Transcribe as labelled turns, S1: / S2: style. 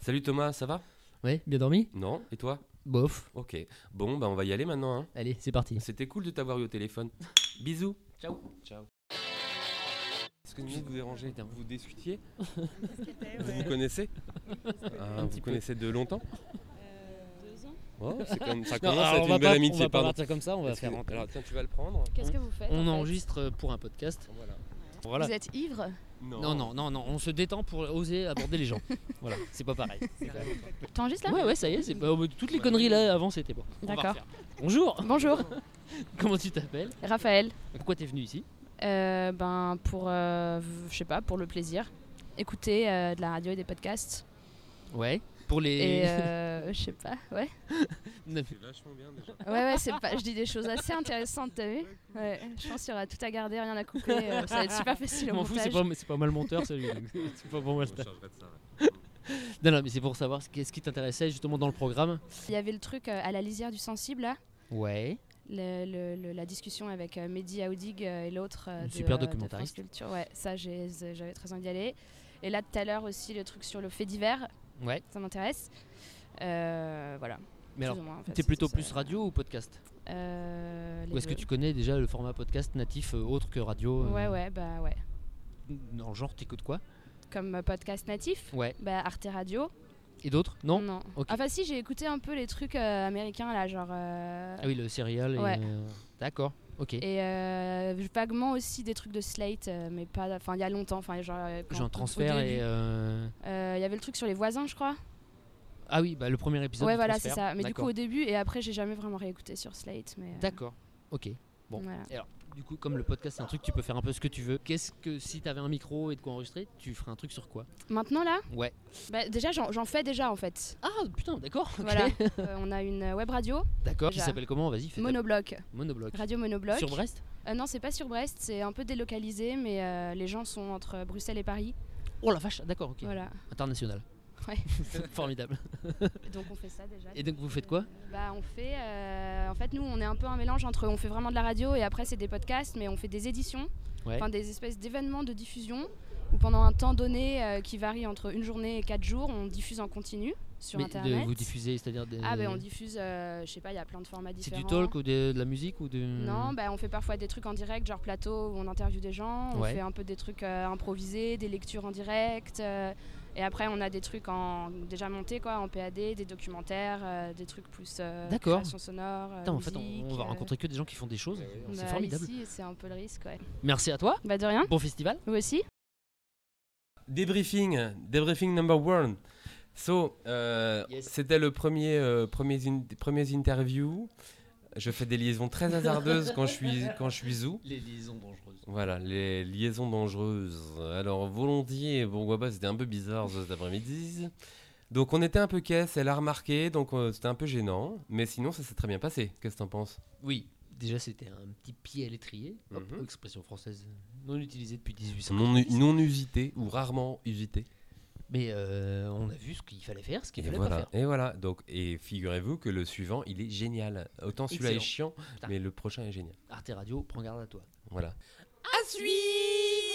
S1: Salut Thomas, ça va
S2: Ouais, bien dormi
S1: Non Et toi
S2: Bof.
S1: Ok. Bon, bah on va y aller maintenant. Hein.
S2: Allez, c'est parti.
S1: C'était cool de t'avoir eu au téléphone. Bisous.
S2: Ciao.
S1: Ciao. Excusez-moi de vous déranger, vous discutiez Vous vous connaissez Ah,
S2: Un
S1: Vous
S2: petit peu.
S1: connaissez de longtemps
S3: Euh, Deux ans.
S1: Oh, c'est comme- Ça
S2: Non,
S1: commence à
S2: alors,
S1: être
S2: on
S1: une
S2: va
S1: belle
S2: pas- On
S1: amitié,
S2: va pas
S1: pardon.
S2: partir comme ça, on va
S1: Est-ce que-
S2: faire. rentrer.
S1: Alors tiens, tu vas le prendre.
S3: Qu'est-ce que vous faites en
S2: On
S3: fait
S2: enregistre pour un podcast.
S1: Voilà.
S2: Voilà.
S3: Vous êtes ivre
S2: Non, non, non, non, on se détend pour oser aborder les gens. voilà, c'est pas pareil.
S3: T'enregistres là
S2: Ouais, ouais, ça y est, c'est pas- oh, toutes les conneries là avant c'était bon. On va
S3: D'accord.
S2: refaire. Bonjour,
S3: Bonjour,
S2: comment tu t'appelles
S3: Raphaël.
S2: Pourquoi t'es venu ici
S3: Euh, ben pour, euh, je sais pas, pour le plaisir. Écouter euh, de la radio et des podcasts.
S2: Ouais. Pour les.
S3: Et euh, je sais pas, ouais.
S1: C'est vachement bien déjà.
S3: Ouais, ouais, c'est pas, je dis des choses assez intéressantes, t'as vu Ouais, je pense qu'il y aura tout à garder, rien à couper. euh, ça va être super facile
S2: Je
S3: au
S2: m'en fous,
S3: montage.
S2: c'est pas, c'est pas mal monteur celui-là. c'est pas pour moi le taf.
S1: chargerai de ça.
S2: Non, non, mais c'est pour savoir ce qu'est-ce qui t'intéressait justement dans le programme.
S3: Il y avait le truc euh, à la lisière du sensible là.
S2: Ouais.
S3: le- le- le- la discussion avec euh, Mehdi Aoudig euh, et l'autre euh,
S2: Un
S3: de,
S2: super
S3: euh, de
S2: documentariste.
S3: France Culture. Ouais, ça j'ai- z- j'avais très envie d'y aller. Et là tout à l'heure aussi le truc sur le fait divers,
S2: Ouais.
S3: ça m'intéresse. Euh, voilà.
S2: Mais
S3: plus
S2: alors,
S3: ou moins, en fait,
S2: t'es
S3: c'est
S2: plutôt
S3: ça.
S2: plus radio ou podcast
S3: Euh, les
S2: Ou est-ce que
S3: deux.
S2: tu connais déjà le format podcast natif euh, autre que radio euh,
S3: Ouais ouais bah ouais.
S2: Dans le genre, t'écoutes quoi
S3: Comme euh, podcast natif,
S2: Ouais.
S3: bah Arte Radio.
S2: Et d'autres Non
S3: non.
S2: Ok.
S3: Enfin si j'ai écouté un peu les trucs euh, américains là genre. euh,
S2: Ah oui, le serial. et,
S3: Ouais.
S2: euh, D'accord, ok.
S3: Et euh, vaguement aussi des trucs de Slate, euh, mais pas. Enfin, il y a longtemps. Enfin, genre. euh, quand-
S2: J'ai un
S3: au
S2: transfert
S3: début.
S2: et. euh,
S3: Euh, Il y avait le truc sur les voisins, je crois.
S2: Ah oui, bah, le premier épisode.
S3: Ouais,
S2: du
S3: voilà, c'est
S2: transfert.
S3: ça. Mais du coup,
S2: D'accord.
S3: au début, et après, j'ai jamais vraiment réécouté sur Slate. Mais euh,
S2: D'accord, ok. bon.
S3: voilà.
S2: Du coup, comme le podcast, c'est un truc, tu peux faire un peu ce que tu veux. Qu'est-ce que si t'avais un micro et de quoi enregistrer, tu ferais un truc sur quoi
S3: Maintenant, là
S2: Ouais.
S3: bah, Déjà, j'en j'en fais déjà, en fait.
S2: Ah putain, d'accord, ok.
S3: Voilà. Euh, on a une euh, web radio,
S2: D'accord, qui
S3: Déjà.
S2: s'appelle comment Vas-y, fais ta-
S3: Monobloc.
S2: Monobloc.
S3: Radio Monobloc.
S2: Sur Brest
S3: Euh, Non, c'est pas sur Brest, c'est un peu délocalisé, mais euh, les gens sont entre euh, Bruxelles et Paris.
S2: Oh la vache, d'accord, ok.
S3: Voilà.
S2: International.
S3: Ouais.
S2: Formidable.
S3: Donc, on fait ça déjà.
S2: Et donc, vous faites quoi
S3: Bah, on fait. euh, En fait, nous, on est un peu un mélange entre. On fait vraiment de la radio et après, c'est des podcasts, mais on fait des éditions.
S2: Ouais.
S3: Enfin, des espèces d'événements de diffusion où pendant un temps donné euh, qui varie entre une journée et quatre jours, on diffuse en continu sur
S2: Mais de-
S3: Internet.
S2: Vous diffusez, c'est-à-dire des.
S3: Ah, ben on diffuse, euh, je sais pas, il y a plein de formats
S2: C'est
S3: différents.
S2: du talk ou de, de la musique ou de...
S3: Non, bah, on fait parfois des trucs en direct, genre plateau où on interviewe des gens, on
S2: Ouais.
S3: fait un peu des trucs euh, improvisés, des lectures en direct. euh, et après, on a des trucs en, déjà montés, quoi, en PAD, des documentaires, euh, des trucs plus euh,
S2: D'accord.
S3: création sonore. euh,
S2: Putain, en fait, on,
S3: musique,
S2: on va
S3: euh,
S2: rencontrer que des gens qui font des choses. C'est
S3: bah,
S2: formidable.
S3: ici, c'est un peu le risque, ouais.
S2: Merci à toi.
S3: Bah, de rien,
S2: Bon festival.
S3: vous aussi
S1: Débriefing, débriefing number one. So, euh,
S2: Yes.
S1: c'était le premier, euh, premier in- premiers interview. Je fais des liaisons très hasardeuses quand je suis quand je suis zoo.
S2: Les liaisons dangereuses.
S1: Voilà, les liaisons dangereuses. Alors, volontiers, bon, Waba, c'était un peu bizarre cet après-midi. Donc, on était un peu caisse, elle a remarqué, donc euh, c'était un peu gênant. Mais sinon, ça s'est très bien passé. Qu'est-ce que t'en penses
S2: Oui. Déjà, c'était un petit pied à l'étrier. Hop,
S1: Mhm.
S2: Expression française non utilisée depuis 1800.
S1: Non, non usité ou rarement usité.
S2: Mais euh, on a vu ce qu'il fallait faire, ce qu'il
S1: Et
S2: fallait
S1: voilà.
S2: pas hein.
S1: et voilà. Donc, et figurez-vous que le suivant, il est génial. Autant celui-là est chiant,
S2: Excellent. Putain.
S1: mais le prochain est génial.
S2: faire. Arte Radio, prends garde à toi.
S1: Voilà.
S2: À suivre